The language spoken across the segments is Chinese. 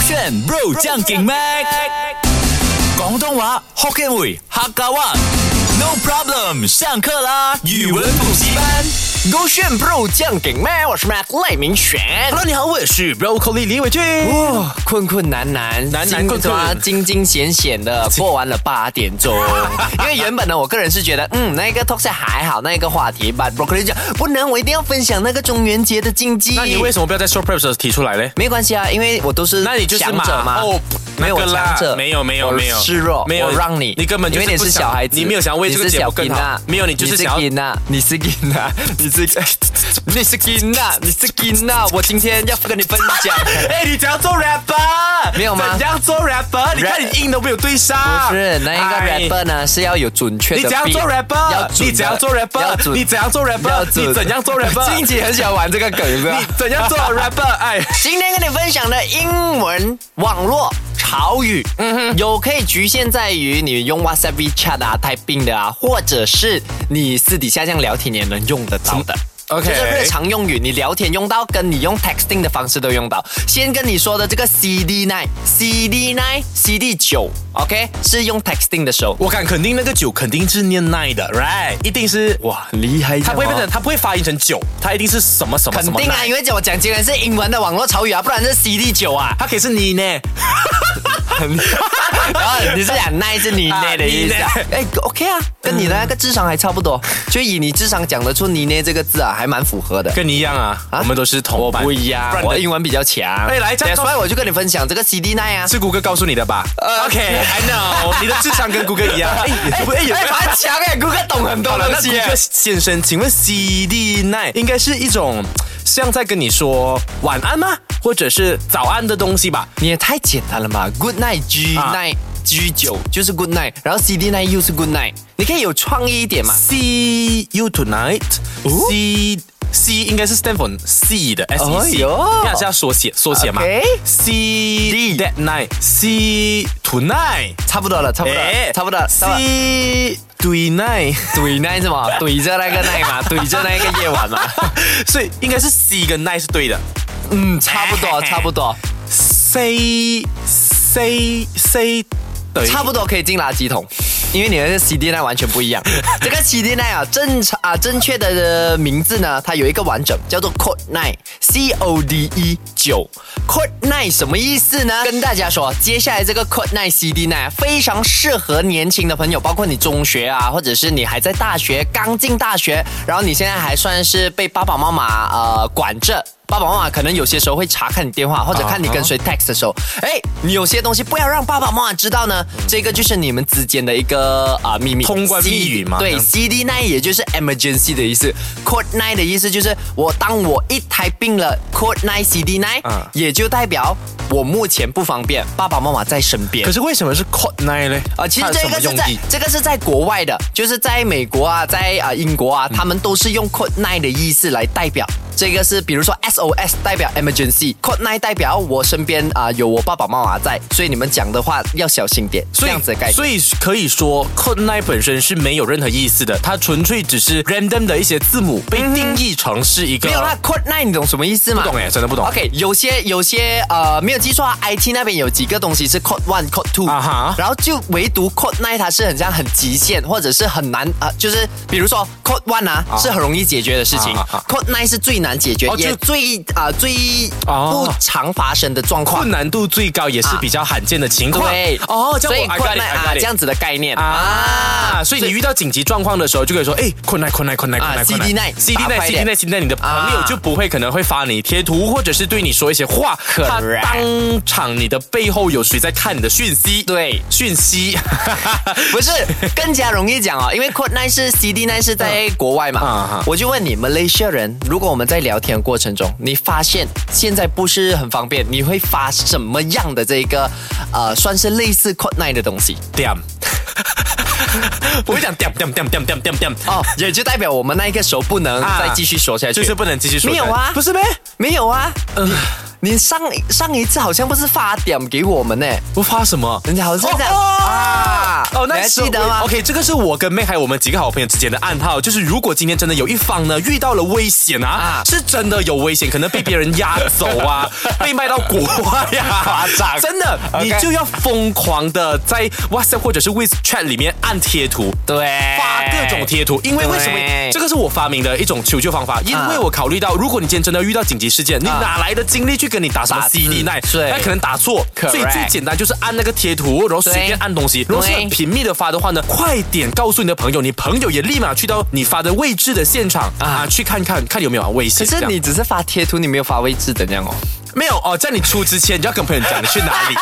选 bro 将劲 mac，广东话 Hokkien 语客家话。No problem，上课啦！语文补习班。勾炫 bro 酱给麦，我是 Mac 赖明玄。 Hello，你好，我是 Broccoli 李伟俊。哇，哦困困难难，难难今困困抓惊惊险险的过完了八点钟。 因为原本呢，我个人是觉得，嗯，那个 talk show 还好，那个话题，but broccoli 讲不能，我一定要分享那个中元节的禁忌。那你为什么不要在 short prep 的时候提出来嘞？没关系啊，因为我都是那你就是强者嘛。哦，没有那个啦强者没有没有我没有示弱，没有我让你，你根本就是因为你不是想小孩子，你没有想为这个你是节目小更好 Gina 没有你就是想要你是啊 Gina，你是 Gina，你 是你是啊 Gina，你是 Gina，我今天要跟你分享。哎，你怎样做 rapper？没有吗怎样做 rapper？你看你音都没有对上。不是那一哎个 rapper 呢，是要有准确的你 beat。啊怎样做要 rapper？准的你怎样做要 rapper？准你怎样做要 rapper？准你怎样做 rapper？静姐很喜欢玩这个梗，是吧？你怎样做 rapper？哎，今天跟你分享的英文网络潮语，嗯哼，有可以局限在于你用 WhatsApp、WeChat 啊、typing 的啊，或者是你私底下这样聊天也能用得到的。 OK 就是日常用语，你聊天用到，跟你用 texting 的方式都用到。先跟你说的这个 CD nine、CD nine、CD 九，OK，是用 texting 的时候。我敢肯定那个酒肯定是念奈的，right？一定是哇，厉害它不会变成，它不会发音成酒，它一定是什么什么什肯么定啊，奈因。为我讲竟然是英文的网络潮语啊，不然是 CD 九啊。它可以是你呢。然后你是讲那是你啊呢的意思啊你？哎，OK 啊，跟你的嗯那个智商还差不多，就以你智商讲得出“你呢”这个字啊，还蛮符合的。跟你一样啊，啊我们都是同我伴，不一样不，然我的英文比较强。哎来这样告所以我就跟你分享这个 CD 9啊。是谷歌告诉你的吧、o 呃 k i know，你的智商跟谷歌一样。哎，也不哎，也不 哎，蛮强哎，谷歌懂很多好了，东那西谷哎歌。先生，请问 CD night 应该是一种像在跟你说晚安吗，或者是早安的东西吧？你也太简单了吧？Good night G 啊 night G 九就是 Good night，然后 CD 9又是 Good night，你可以有创意一点嘛。 See you tonight、C C 应该是 stand for C 的 S E 哎 C，呦那是要缩写缩写嘛 OK C that night，C tonight，差不多了，差不多了，差不多了。差不多了哎，C d night。 怼那什么？怼着那个奈嘛，怼着那个夜晚嘛。所以应该是 C 跟 n i 是对的。嗯，差不多，差不多。 C C C 对，差不多可以进垃圾桶，因为你的 CD 奈完全不一 样。这个 CD 奈啊，正常啊正确的名字呢，它有一个完整叫做 Code Nine，C O D E 九。Code Nine 什么意思呢？跟大家说，接下来这个 Code Nine CD 奈非常适合年轻的朋友，包括你中学啊，或者是你还在大学刚进大学，然后你现在还算是被爸爸妈妈呃管着。爸爸妈妈可能有些时候会查看你电话，或者啊看你跟谁 text 的时候，哎，你有些东西不要让爸爸妈妈知道呢。这个就是你们之间的一个啊、秘密，通关密语嘛这 C- 对样，CD nine 也就是 emergency 的意思，code nine 的意思就是我当我一胎病了，code nine CD nine，、啊也就代表我目前不方便，爸爸妈妈在身边可。是为什么是 c o t night 呢？啊，其实它有这什个么是用在意？这个是在国外的，就是在美国啊，在啊、英国啊，他们都是用 code nine 的意思来代表。这个是比如说 SOS 代表 emergency，code nine 代表我身边啊、有我爸爸妈妈在，所以你们讲的话要小心点，这所以样子的概念。所以可以说 c o t night 本身是没有任何意思的，它纯粹只是 random 的一些字母被定义成是一个。没有那 code nine 你懂什么意思吗？啊不懂哎真的不懂 OK，有些有些呃没有记错啊，IT 那边有几个东西是 code one、code two，、啊哈然后就唯独 code nine 它是很像很极限，或者是很难啊、呃就是比如说 code one 啊是很容易解决的事情、啊啊啊 c o d e nine 是最难解决，哦就也最啊、最哦不常发生的状况困。难度最高也是比较罕见的情况。对，哦，这所以样我 I code got it， nine I 啊 got it 这样子的概念啊，所以你遇到紧急状况的时候，就可以说，哎，困难困难困难困啊难困难 CD 耐 CD 打耐快 CD 点耐 CD 耐，你的朋友啊就不会可能会发你贴图，或者是对你说一些话，他 Correct 当场你的背后有谁在看你的讯息？对 讯息，不是更加容易讲哦，因为 Code Nine 是 CD Nine 是在国外嘛。啊啊我就问你们 a 些人，如果我们在聊天的过程中，你发现现在不是很方便，你会发什么样的这个呃，算是类似 Code Nine 的东西点， 我会讲点点点点点点点，哦，也就代表我们那个时候不能啊再继续说下去。就是不能继续说。没有啊不是呗？没有啊，你你上上一次好像不是发点给我们呢？我发什么？人家好像在哦哦啊，哦，你那还时候记得吗？ ？OK，这个是我跟妹还有我们几个好朋友之间的暗号，就是如果今天真的有一方呢遇到了危险啊，啊是真的有危险，可能被别人压走 啊，被卖到国外呀、夸张真的 OK 你就要疯狂的在 WhatsApp 或者是 WeChat 里面按贴图。对，发各种贴图，因为为什么对这个是我发明的一种求救方法？因为我考虑到，如果你今天真的遇到紧急事件，你哪来的精力去跟你打什么啊打字 CD 奈？对那可能打错， Correct 所以最简单就是按那个贴图，然后随便按东西。如果是很频密的发的话呢，快点告诉你的朋友，你朋友也立马去到你发的位置的现场啊，去看看看有没有危可险。是这样你只是发贴图，你没有发位置的那样哦。没有哦，在你出之前，你就要跟朋友讲你去 哪里，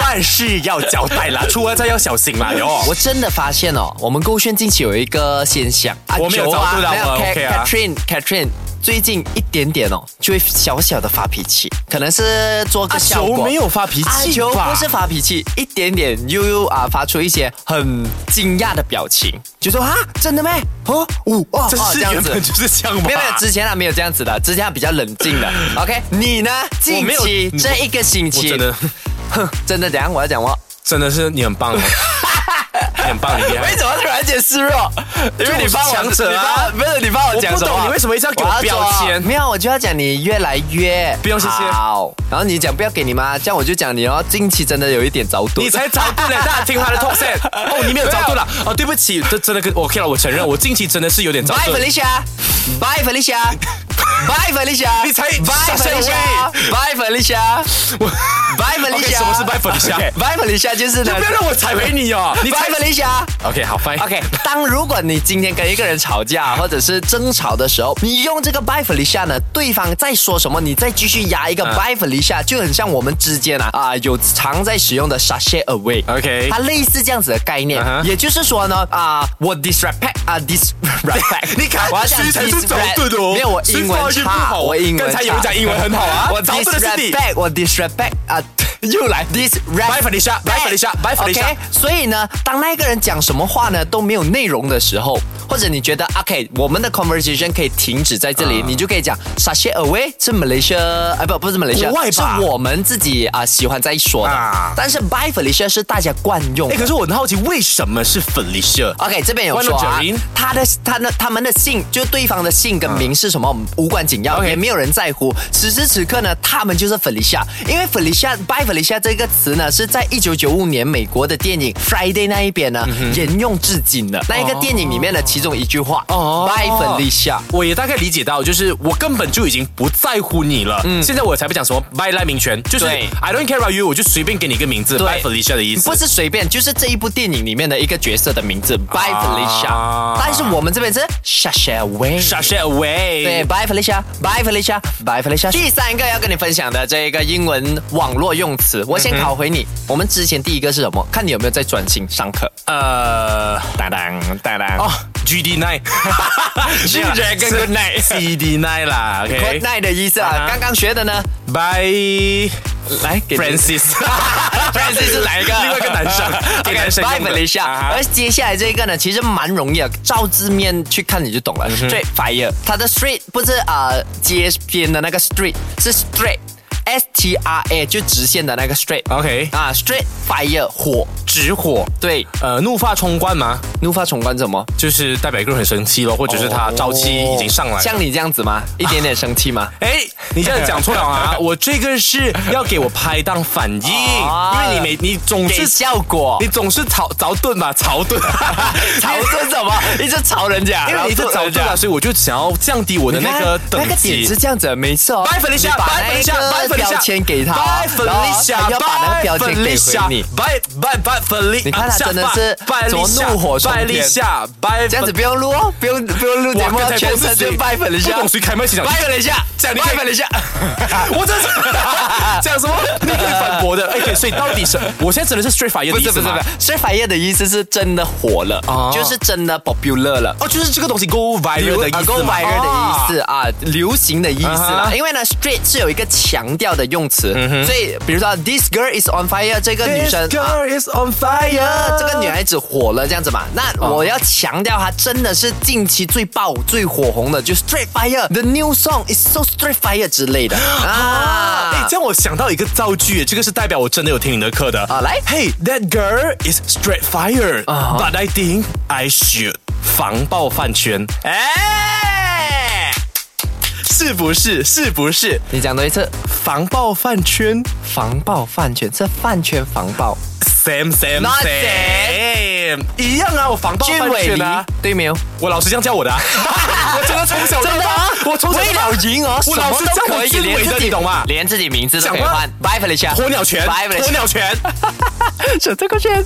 万事要交代啦，出外再要小心啦哟。我真的发现哦，我们勾炫近期有一个现象，啊我没有酒照顾到没有我 Ca- OK 啊 Catherine Catherine 最近一点点哦，就会小小的发脾气，可能是做个阿效球啊果。没有发脾阿气球吧不是发脾气，一点点悠悠啊，发出一些很惊讶的表情，就说啊，真的咩？哦，五哦，这哦是样原子本就是这样吧？没有没有，之前啊没有这样子的，之前啊比较冷 静的。OK，你呢？近没有嗯期这一个星我期，真的哼，真的，等一下我要讲我真的是你很 棒哦，你很棒，你厉害为。什么突然间示弱？因为你帮我强者啊你帮我不是你帮我讲什我不么？懂你为什么一直要给我要说标签没有，我就要讲你越来越不用谢谢好，然后你讲不要给你妈，这样我就讲你哦，近期真的有一点着毒。你才着度嘞！大家听他的 talk set 哦，你没有着度了哦，对不起，这真的跟 OK 了，我承认，我近期真的是有点着 Bye 度。 Felicia，Bye Felicia，Bye Felicia，你才 Bye Felicia，Bye Felicia，Bye OK， Felicia，什么是 Bye Felicia？ ？Bye Felicia 就是你呢不要让我踩回你哦！你踩，Bye Felicia。 OK 好 fine OK，当如果你今天跟一个人吵架或者是争吵的时候，你用这个 by Felicia 呢，对方在说什么，你再继续压一个嗯 by Felicia，、就很像我们之间啊啊、有常在使用的 sashay away。 OK 它类似这样子的概念。嗯哼也就是说呢，啊、我 disrespect 啊、disrespect， 你看我要讲谁才是 disrespect，找对的哦没有我谁英发文音差，不好我英文刚才有人差讲英文很好啊 我找对的是你 disrespect，我 disrespect 啊、又来 disrespect。 Bye Felicia，Bye Felicia，Bye Felicia OK，所以呢，当那一个人讲什么话呢都没有内容的时候，或者你觉得 OK，我们的 conversation 可以停止在这啊里，你就可以讲 sashay away 是 Malaysia，哎不不是 Malaysia，国外吧是我们自己啊、喜欢在说的。啊但是 by Felicia 是大家惯用的。哎，可是我很好奇，为什么是 Felicia？ OK，这边有说啊 Why not Jareen？，他的他的他们的姓，就对方的姓跟名是什么、无关紧要 OK 也没有人在乎。此时此刻呢，他们就是 Felicia，因为 Felicia by Felicia 这个词呢，是在一九九五年美国的电影 Friday 那一边嗯呢、沿用至今的。那一个电影里面的其中一句话、哦 by Felicia。我也大概理解到，就是我根本就已经不在乎你了。现在我才不讲什么 Bye 赖明权，就是嗯对 I don't care about you，我就随便给你一个名字对 Bye Felicia 的意思不。是随便，就是这一部电影里面的一个角色的名字 by Felicia，、啊但是我们这边是 Sasha Way。 Sasha away。对，Bye Felicia，Bye Felicia，Bye Felicia。第三个要跟你分享的这个英文网络用词，我先考回你。我们之前第一个是什么？看你有没有在专心上课。呃，当当当当。哦，GD Nine， 是 Dragon Good Night Night，CD Nine 啦 Good ，OK， night 的意思啊啊，哈刚刚学的呢。拜来给你 Francis， Francis 是哪一 个？另外一个男 生给男生 Bye 用的 Felicia。啊哈而接下来这个呢，其实蛮容易的，啊照字面去看你就懂了。所以 fire，它的 street 不是啊、呃街边的那个 street，是 straight。S T R A 就直线的那个 straight， OK 啊，straight fire 火，直火，对，呃，怒发冲冠嘛，怒发冲冠是什么？就是代表一个人很生气咯，或者是他朝气已经上来了。像你哦这样子吗？一点点生 气吗？哎，你这样讲错了 啊！我这个是要给我拍档反应，哦因为你每你总给是效果你，总是吵矛盾吧，矛 盾，吵是什么？一直吵人 家，因为你是吵矛盾啊，所以我就想要降低我的那个等那个点级是。这样子，没错。拜粉一下，你把拜粉一下，那拜一粉一下，个标签给他，拜粉一然下，后他要把那个标签给回你。拜拜拜粉一，你看他真的是拜怎么怒火冲拜天一下，拜这样子不用录哦，不用不用录节目，全程就拜粉一下不，懂谁开麦讲，拜粉一下，讲你 拜可以粉一下。 我这是 讲什么？你可以反驳的，哎，可以所以到底是，我现在真的是 straight fire 不的意是思不是吗不是，所以 fire 的意思是真的火了，哦就是真的 popular 了。哦，就是这个东西 go viral 的意思嘛啊，go viral 的意思哦啊，流行的意思啊啦哈。嗯因为呢，straight 是有一个强调的用词，所以比如说 this girl is on fire，这个女生 This 啊 girl is on 呃 fire，这个女孩子火了这样子嘛。那哦我要强调，她真的是近期最爆、最火红的，就是 Straight Fire，The New Song is so Straight Fire 之类的哦哎，啊这。样我想到一个造句，哎这个是代表我真的有听你的课的啊来，Hey that girl is straight fire，but、啊 I think I should 防爆饭圈，哎，是不是？是不是你讲多一次，防爆饭圈防爆饭圈，这饭圈防爆， ？Sam Sam Not Sam，一样啊，我防爆俊饭伟圈离啊，对没有？我老师这样教我的、 啊， 我真的从小真的啊，我从小为了赢哦，我什老么师都叫我可以，俊伟连的自你己懂吗连自己名字都可以讲吧换，拜 Felicia， 鸵鸟拳，拜 f 鸵 Felicia，鸟拳。这个圈。